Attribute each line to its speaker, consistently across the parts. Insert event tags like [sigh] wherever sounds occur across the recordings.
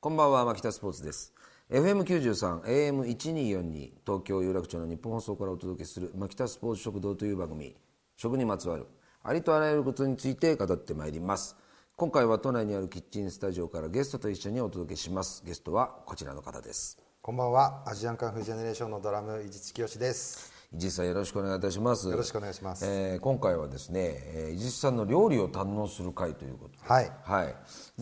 Speaker 1: こんばんは、牧田スポーツです。FM93、AM1242、東京有楽町の日本放送からお届けする、牧田スポーツ食堂という番組、食にまつわる、ありとあらゆることについて語ってまいります。今回は都内にあるキッチンスタジオからゲストと一緒にお届けします。ゲストはこちらの方です。
Speaker 2: こんばんは、アジアンカンフージェネレーションのドラム、伊地清です。
Speaker 1: 伊地さんよろしくお願いいたします
Speaker 2: よろしくお願いします、
Speaker 1: えー、今回はですね、えー、伊地さんの料理を堪能する会ということ
Speaker 2: はい、
Speaker 1: はい、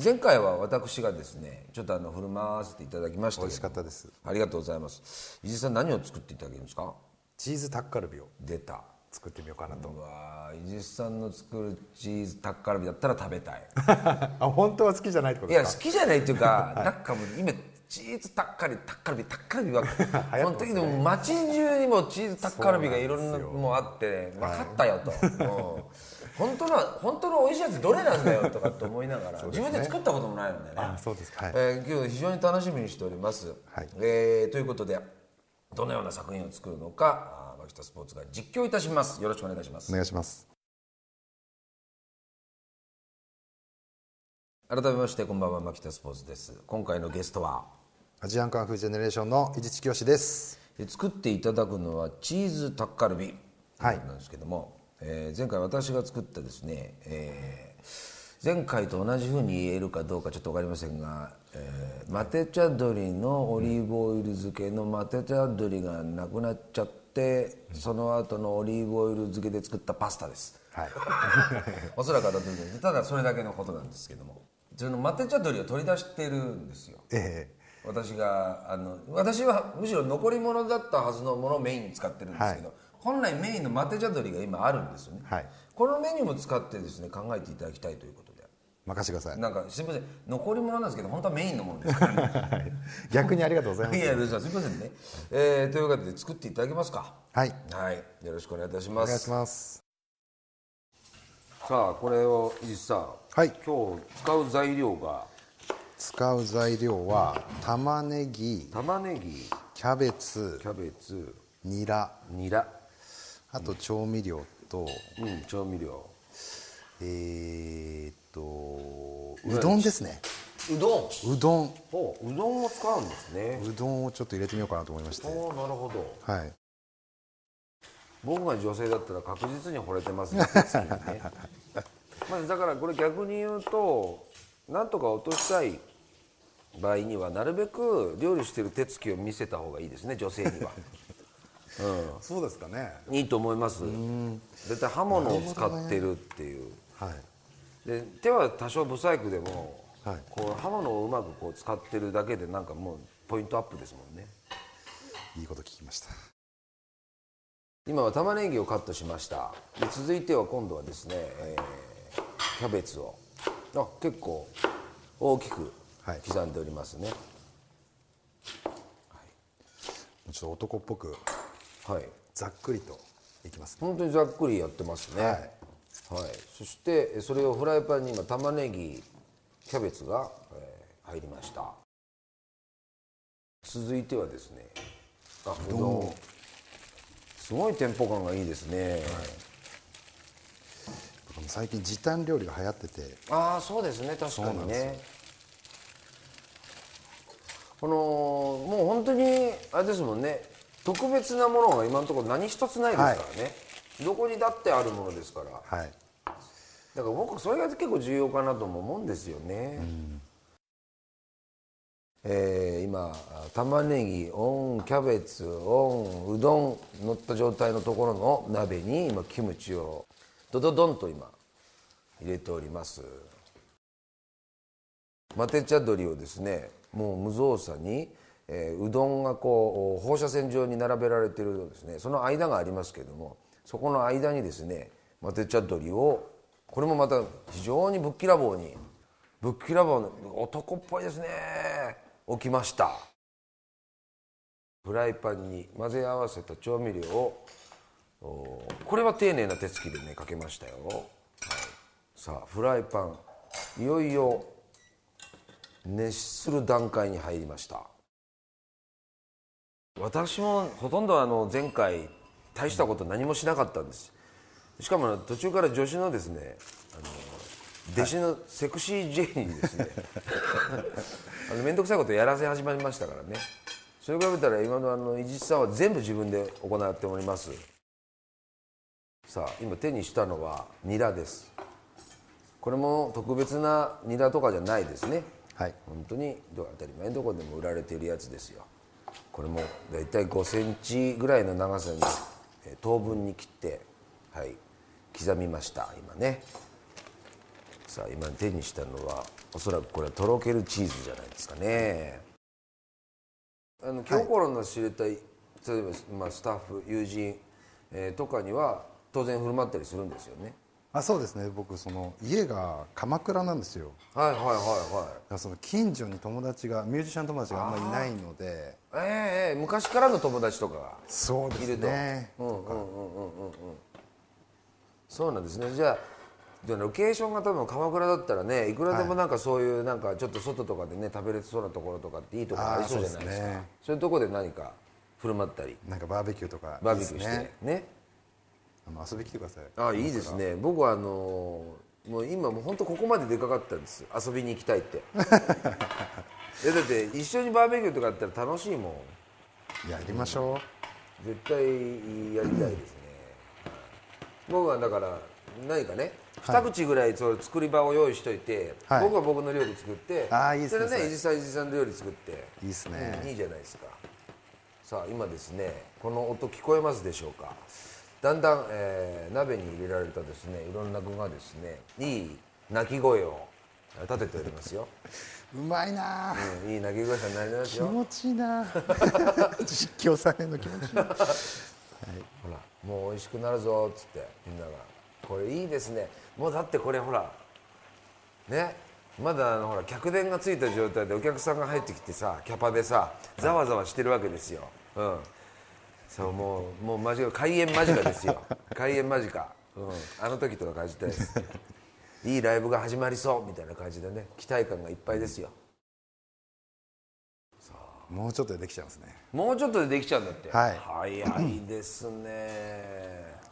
Speaker 1: 前回は私がですねちょっとあの振る舞わせていただきました
Speaker 2: 美味しかったです
Speaker 1: ありがとうございます伊地さん何を作っていただけるんですか
Speaker 2: チーズタッカルビを
Speaker 1: 出た
Speaker 2: 作ってみようかなと
Speaker 1: うわ伊地さんの作るチーズタッカルビだったら食べた [laughs] い
Speaker 2: あ本当は好きじゃないってこと
Speaker 1: いや好きじゃないっていうか、はい、なんかもう今チーズタッカルビタッカルビタッカ [laughs] ルビは、ね、この時でも街中にもチーズタッカルビがいろんなもあって、ね、分かった [laughs] よと、はい、本当の本当の美味しいやつどれなんだよとかと思いながら、ね、自分で作ったこともないのでね
Speaker 2: あそうですか、はい
Speaker 1: えー、今日非常に楽しみにしております、はい、えー、ということでどのような作品を作るのか牧田スポーツが実況いたしますよろしくお願いします
Speaker 2: お願いします
Speaker 1: 改めましてこんばんは牧田スポーツです今回のゲストは
Speaker 2: アジアンカンフージェネレーションの伊地知清です
Speaker 1: 作っていただくのはチーズタッカルビなんですけども、はい、えー、前回私が作ったですね、えー、前回と同じふうに言えるかどうかちょっと分かりませんが、えー、マテ茶鶏のオリーブオイル漬けのマテ茶鶏がなくなっちゃってその後のオリーブオイル漬けで作ったパスタです、
Speaker 2: はい、
Speaker 1: [laughs] おそらく当たってるんですただそれだけのことなんですけどもそのマテ茶鶏を取り出してるんですよ、
Speaker 2: ええー
Speaker 1: 私があの私はむしろ残り物だったはずのものをメインに使ってるんですけど、はい、本来メインのマテ茶鶏が今あるんですよね、
Speaker 2: はい、
Speaker 1: このメニューも使ってですね考えていただきたいということで
Speaker 2: 任せてください
Speaker 1: なんかすみません残り物なんですけど本当はメインのものですから、ね、
Speaker 2: 逆にありがとうございます
Speaker 1: いやすみませんね、えー、というわけで作っていただけますか
Speaker 2: はい、
Speaker 1: はい、よろしくお願いいたしますお
Speaker 2: 願いします
Speaker 1: さあこれを伊地さん、
Speaker 2: はい、
Speaker 1: 今日使う材料が
Speaker 2: 使う材料は玉ねぎ
Speaker 1: 玉ねぎ
Speaker 2: キャベツ
Speaker 1: キャベツ
Speaker 2: ニラ
Speaker 1: ニラ
Speaker 2: あと調味料と、
Speaker 1: うん、調味料
Speaker 2: えー、っとうどんですね
Speaker 1: うど
Speaker 2: んうどん
Speaker 1: おうどんを使うんですね
Speaker 2: うどんをちょっと入れてみようかなと思いましてお
Speaker 1: なるほ
Speaker 2: どはい
Speaker 1: 僕が女性だったら確実に惚れてますね [laughs] ね、まあだからこれ逆に言うとなんとか落としたい場合にはなるべく料理してる手つきを見せた方がいいですね女性に [laughs] は、
Speaker 2: うん、そうですかね
Speaker 1: いいと思います絶対刃物を使ってるっていう、ね、、
Speaker 2: はい
Speaker 1: で手は多少不細工でも、はい、こう刃物をうまくこう使ってるだけでなんかもうポイントアップですもんね
Speaker 2: いいこと聞きました、
Speaker 1: 今は玉ねぎをカットしましたで続いては今度はですね、えー、キャベツをあ結構大きく刻んでおりますね、はい
Speaker 2: ちょっと男っぽく、
Speaker 1: はい、
Speaker 2: ざっくりといきますね
Speaker 1: 本当にざっくりやってますね、はい、はい、そしてそれをフライパンに今玉ねぎキャベツが、えー、入りました続いてはですねあうどんすごいテンポ感がいいですね、はい
Speaker 2: 最近時短料理が流行ってて
Speaker 1: ああそうですね確かにねこのもう本当にあれですもんね特別なものが今のところ何一つないですからね、はい、どこにだってあるものですから
Speaker 2: はい
Speaker 1: だから僕それが結構重要かなとも思うんですよね、うん、えー、今玉ねぎオンキャベツオンうどん乗った状態のところの鍋に今キムチをドドドンと今入れておりますマテ茶鶏をですねもう無造作に、えー、うどんがこう放射線状に並べられてるとですねその間がありますけれどもそこの間にですねマテ茶鶏をこれもまた非常にぶっきらぼうにぶっきらぼうの男っぽいですね置きましたフライパンに混ぜ合わせた調味料をこれは丁寧な手つきでねかけましたよ、はい、さあフライパンいよいよ熱する段階に入りました私もほとんどあの前回大したこと何もしなかったんですしかも途中から助手のですねあの弟子のセクシー J にですね [laughs] あの面倒くさいことやらせ始めましたからねそれ比べたら今のあの伊地知さんは全部自分で行っておりますさあ今手にしたのはニラですこれも特別なニラとかじゃないですね
Speaker 2: はい
Speaker 1: 本当にど当たり前どこでも売られているやつですよこれもだいたい5センチぐらいの長さにえー等分に切ってはい刻みました今ねさあ今手にしたのはおそらくこれはとろけるチーズじゃないですかねあの今日頃の知れた、例えば、まあ、スタッフ友人、えーとかには当然振る舞ったりするんですよね
Speaker 2: あそうですね僕その家が鎌倉なんですよ
Speaker 1: はいはいはいはい
Speaker 2: だからその近所に友達がミュージシャン友達があんまりいないので
Speaker 1: ええええ昔からの友達とかが
Speaker 2: そうで
Speaker 1: いる
Speaker 2: す
Speaker 1: と
Speaker 2: ね
Speaker 1: そうなんですねじゃあでロケーションが多分鎌倉だったらねいくらでもなんかそういうなんかちょっと外とかでね食べれそうなところとかっていいところありそうじゃないですか
Speaker 2: あーそう
Speaker 1: そう
Speaker 2: ですね
Speaker 1: いうところで何か振る舞ったり
Speaker 2: なんかバーベキューとかい
Speaker 1: バ
Speaker 2: い
Speaker 1: ー
Speaker 2: で
Speaker 1: ベキュ
Speaker 2: す
Speaker 1: ー
Speaker 2: ね
Speaker 1: してね
Speaker 2: あの遊びに来てください
Speaker 1: あいいですね僕はあのーもう今もう本当ここまででかかったんです遊びに行きたいって [laughs] えだって一緒にバーベキューとかやったら楽しいもん
Speaker 2: やりましょ
Speaker 1: 絶対やりたいですね僕はだから何かね二口ぐらいその作り場を用意しといて、
Speaker 2: はい
Speaker 1: 僕は僕の料理作って
Speaker 2: あーいいですね
Speaker 1: それ
Speaker 2: そ
Speaker 1: ね
Speaker 2: れ
Speaker 1: 伊地さん伊地さんの料理作って
Speaker 2: いいですね
Speaker 1: うんいいじゃないですかさあ今ですねこの音聞こえますでしょうかだんだん、えー鍋に入れられたですねいろんな具がですねいい鳴き声を立てておりますよ、
Speaker 2: ううまいなあ
Speaker 1: うんいい鳴き声さんになります
Speaker 2: 気
Speaker 1: よ
Speaker 2: 持ちいいな
Speaker 1: [laughs]
Speaker 2: あ実況されるの気持ちいい
Speaker 1: ほらもう美味しくなるぞっつってみんながこれいいですねもうだってこれほらねまだあのほら客電がついた状態でお客さんが入ってきてさキャパでさざわざわしてるわけですようんそうもうもう間近開演間近ですよ開演間近、うん、あの時とか感じたいですいいライブが始まりそうみたいな感じでね期待感がいっぱいですよ
Speaker 2: もうちょっとでできちゃいますね
Speaker 1: もうちょっとでできちゃうんだって、
Speaker 2: はい
Speaker 1: 早いですね、えー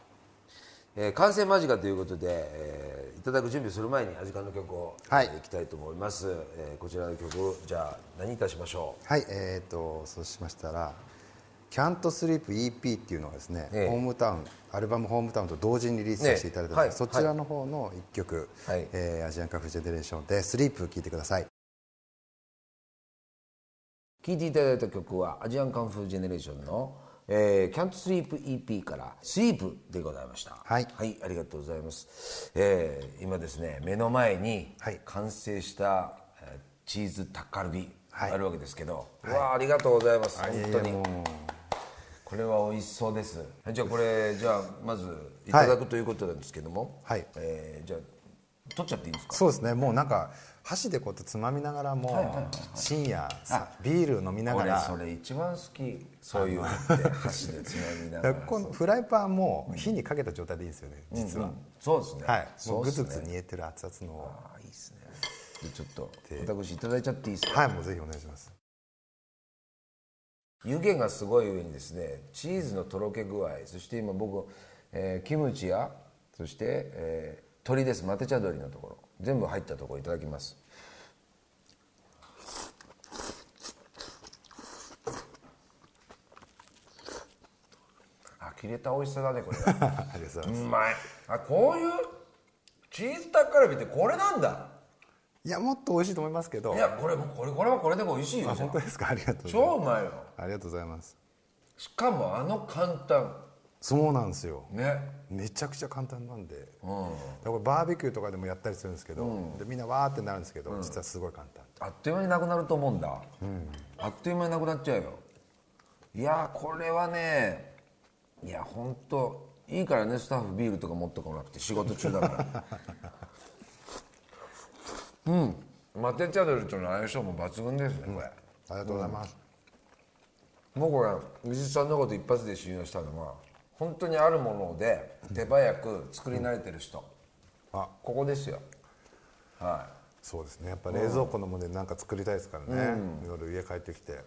Speaker 1: 完成間近ということで、えーいただく準備する前にアジカンの曲を、
Speaker 2: はい
Speaker 1: えーいきたいと思います、えーこちらの曲じゃあ何いたしましょ
Speaker 2: はいえー、とそうしましたら「Can't Sleep EP」っていうのはですね、
Speaker 1: ええ
Speaker 2: ホームタウンアルバム「ホームタウン」と同時にリリースさせていただいたので、
Speaker 1: ねはい
Speaker 2: そちらの方の1曲、
Speaker 1: はい
Speaker 2: えーアジアンカフェジェネレーションで「スリープ聴いてください。
Speaker 1: う聴いていただいた曲はアジアンカンフージェネレーションの「えー、Can't Sleep EP」から「Sleep」でございました
Speaker 2: はい
Speaker 1: ありがとうございます、えー今ですね目の前に
Speaker 2: はい
Speaker 1: 完成した、えーチーズタッカルビ
Speaker 2: はい
Speaker 1: あるわけですけど、うわあありがとうございます、本当
Speaker 2: い
Speaker 1: に
Speaker 2: やも
Speaker 1: これは美味しそうですじゃあこれじゃあまずいただくということなんですけども
Speaker 2: はい
Speaker 1: えーじゃあ取っちゃっていいんです
Speaker 2: う
Speaker 1: か
Speaker 2: そうですねもうなんか箸でこうやってつまみながらもう、深夜さビール飲みなが
Speaker 1: 俺
Speaker 2: ら
Speaker 1: それ一番好きそういうのって箸でつまみなが
Speaker 2: だ
Speaker 1: ら
Speaker 2: からこのフライパンも火にかけた状態でいいんですよね実は、
Speaker 1: そうですね
Speaker 2: はいも
Speaker 1: そうう
Speaker 2: ぐ
Speaker 1: です
Speaker 2: つぐ
Speaker 1: ね
Speaker 2: つ煮えてる熱々のを
Speaker 1: あいいですねでちょっと私いただいちゃっていいですか
Speaker 2: はいもうぜひお願いします [laughs]
Speaker 1: 湯気がすごい上にですねチーズのとろけ具合そして今僕、えーキムチやそして、えー鶏ですマテ茶鶏のところ全部入ったところいただきますあ切れた美味しさだねこれ [laughs] は
Speaker 2: ありがとうございます、
Speaker 1: うまいあこういうチーズタッカルビってこれなんだ
Speaker 2: いやもっと美味しいと思いますけど
Speaker 1: いやこれもこれこれはこれで美味しいよ
Speaker 2: あ
Speaker 1: じゃ
Speaker 2: 本
Speaker 1: ん
Speaker 2: 当ですかありがとうございます
Speaker 1: 超うまいよ
Speaker 2: ありがとうございます
Speaker 1: しかもあの簡単
Speaker 2: そうなんですよ
Speaker 1: ね
Speaker 2: めちゃくちゃ簡単なんで、だからこれバーベキューとかでもやったりするんですけど、でみんなわーってなるんですけど、実はすごい簡単
Speaker 1: あっという間になくなると思うんだ、あっという間になくなっちゃうよいやーこれはねいやほんといいからねスタッフビールとか持ってこなくて仕事中だから
Speaker 2: [laughs]
Speaker 1: うんマテチャドルとの相性も抜群ですねこれ、
Speaker 2: ありがとうございます、
Speaker 1: もうこれ藤井さんのこと一発で信用したのは本当にあるもので手早く作り慣れてる人、
Speaker 2: あ
Speaker 1: ここですよはい
Speaker 2: そうですねやっぱ冷蔵庫のものでなんか作りたいですからね、夜家帰ってきて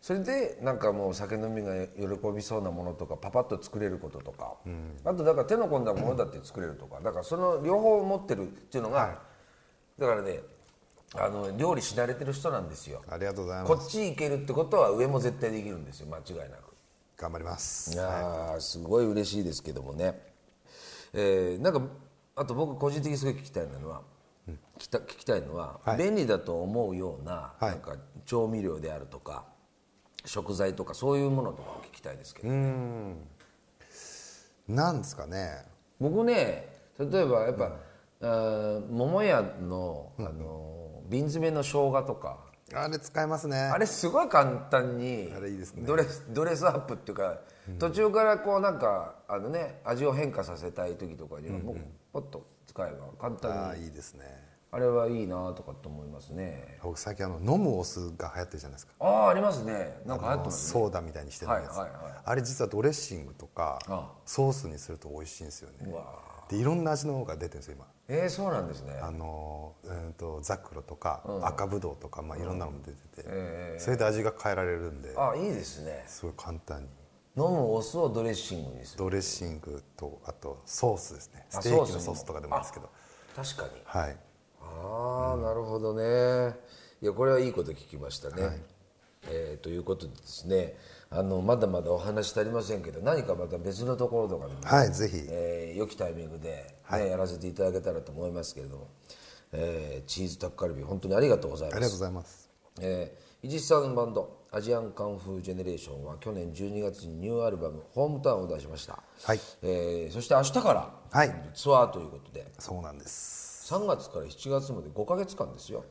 Speaker 1: それでなんかもう酒飲みが喜びそうなものとかパパッと作れることとか、あとだから手の込んだものだって作れるとかだからその両方持ってるっていうのが、だからねあの料理し慣れてる人なんですよ
Speaker 2: ありがとうござい
Speaker 1: こ
Speaker 2: ます
Speaker 1: っち行けるってことは上も絶対できるんですよ間違いなく
Speaker 2: 頑張ります
Speaker 1: いやーすごい嬉しいですけどもね、えーなんかあと僕個人的にすごい聞きたいのは、聞きた聞きたいのは、
Speaker 2: はい
Speaker 1: 便利だと思うような,、
Speaker 2: はい
Speaker 1: なんか調味料であるとか食材とかそういうものとかを聞きたいですけど、
Speaker 2: なんですかね
Speaker 1: 僕ね例えばやっぱ、あー桃屋のあの、瓶詰めの生姜とか
Speaker 2: あれ使えますね
Speaker 1: あれすごい簡単に
Speaker 2: あれいいですね
Speaker 1: ドレスドレスアップっていうか、途中からこうなんかあのね味を変化させたい時とかにはもうポッと使えば簡単に、
Speaker 2: あーいいですね
Speaker 1: あれはいいなとかと思いますね
Speaker 2: 僕最近あの飲むお酢が流行ってるじゃないですか
Speaker 1: ああありますねなんか流行ってますね
Speaker 2: ソーダみたいにしてるやつ、
Speaker 1: はいはいはい
Speaker 2: あれ実はドレッシングとか
Speaker 1: あ
Speaker 2: ソースにすると美味しいんですよね
Speaker 1: うわ
Speaker 2: でいろんな味の方が出てるんですよ今
Speaker 1: えー、そうなんですね
Speaker 2: あのうーんとザクロとか、赤ぶどうとか、まあ、いろんなのも出てて、それで味が変えられるんで
Speaker 1: ああいいですね
Speaker 2: すごい簡単に
Speaker 1: 飲むお酢をドレッシングにする
Speaker 2: ドレッシングとあとソースですね
Speaker 1: あ
Speaker 2: ステー
Speaker 1: ソース
Speaker 2: キ
Speaker 1: に
Speaker 2: の
Speaker 1: も
Speaker 2: ソースとかでもいいですけど
Speaker 1: 確かに
Speaker 2: はい
Speaker 1: ああ、なるほどねいやこれはいいこと聞きましたね、えーということでですねあのまだまだお話足りませんけど何かまた別のところとかでも、
Speaker 2: はいぜひ
Speaker 1: えー良きタイミングで、ねやらせていただけたらと思いますけれども、えーチーズタッカルビ本当にありがとうござい
Speaker 2: あ
Speaker 1: ま
Speaker 2: りがとう
Speaker 1: す
Speaker 2: ございます
Speaker 1: えー、イジスサウンバンドアジアンカンフージェネレーションは去年12月にニューアルバム「ホームタウン」を出しました、
Speaker 2: はい
Speaker 1: えーそして明日から、
Speaker 2: はい
Speaker 1: ツアーということで
Speaker 2: そうなんです
Speaker 1: 3月から7月まで5ヶ月間ですよ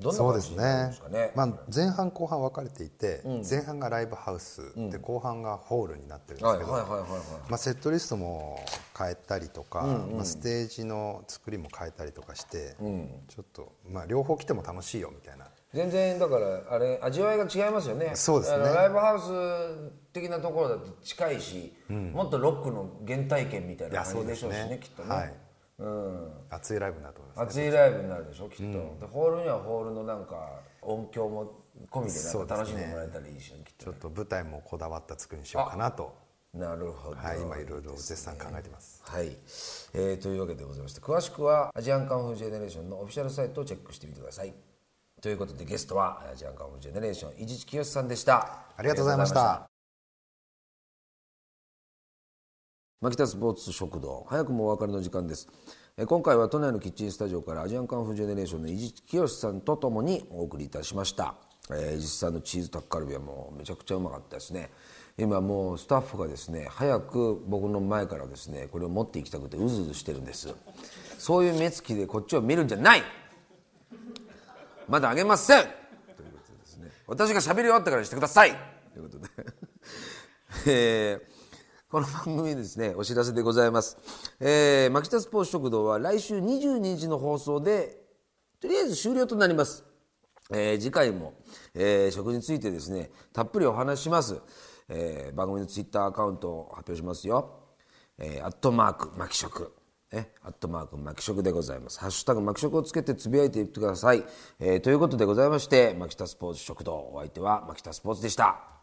Speaker 1: どんな
Speaker 2: そう
Speaker 1: 感
Speaker 2: で
Speaker 1: じ
Speaker 2: す
Speaker 1: になるん
Speaker 2: ね
Speaker 1: ですかね
Speaker 2: まあ、前半後半分かれていて、前半がライブハウス、で後半がホールになってるんです
Speaker 1: はい
Speaker 2: けど、
Speaker 1: はいはいはいはい
Speaker 2: まあ、セットリストも変えたりとか、まあ、ステージの作りも変えたりとかして、ちょっと、まあ、両方来ても楽しいよみたいな
Speaker 1: 全然だからあれ味わいが違いますよね
Speaker 2: そうですね
Speaker 1: あのライブハウス的なところだと近いし、もっとロックの原体験みたい
Speaker 2: い
Speaker 1: な
Speaker 2: や
Speaker 1: 感
Speaker 2: そう
Speaker 1: じ
Speaker 2: で
Speaker 1: でし
Speaker 2: す
Speaker 1: ょうしね
Speaker 2: ね
Speaker 1: きっとね、
Speaker 2: はい、
Speaker 1: うん
Speaker 2: 熱いライブになると思います、
Speaker 1: 熱いライブになるでしょきっと、でホールにはホールのなんか音響も込みでなんか楽しんでもらえたらいいし、ね、きっ
Speaker 2: ちょっと舞台もこだわった作りにしようかなと、
Speaker 1: となるほど
Speaker 2: はい、今いろいろ絶賛考えてます
Speaker 1: はい、えーというわけでございまして詳しくはアジアンカンフージェネレーションのオフィシャルサイトをチェックしてみてくださいということでゲストはアジアンカンフージェネレーション伊地知清さんでした
Speaker 2: ありがとうございました
Speaker 1: マキタスポーツ食堂早くもお別れの時間ですえー今回は都内のキッチンスタジオからアジアンカンフージェネレーションの伊地知清さんとともにお送りいたしましたえー伊地知さんのチーズタッカルビはもうめちゃくちゃうまかったですね今もうスタッフがですね早く僕の前からですねこれを持っていきたくてうずうずしてるんですそういう目つきでこっちを見るんじゃないまだあげませんということですね私が喋り終わったからにしてくださいということでえーこの番組ですね、お知らせでございます。えー、マキタスポーツ食堂は来週22日の放送で、とりあえず終了となります。えー次回も、えー食についてですね、たっぷりお話しします。えー番組のツイッターアカウントを発表しますよ。えーアットマーク、マキ食。ね、アットマーク、マキ食でございます。ハッシュタグ、マキ食をつけてつぶやいていってください。えーということでございまして、マキタスポーツ食堂、お相手はマキタスポーツでした。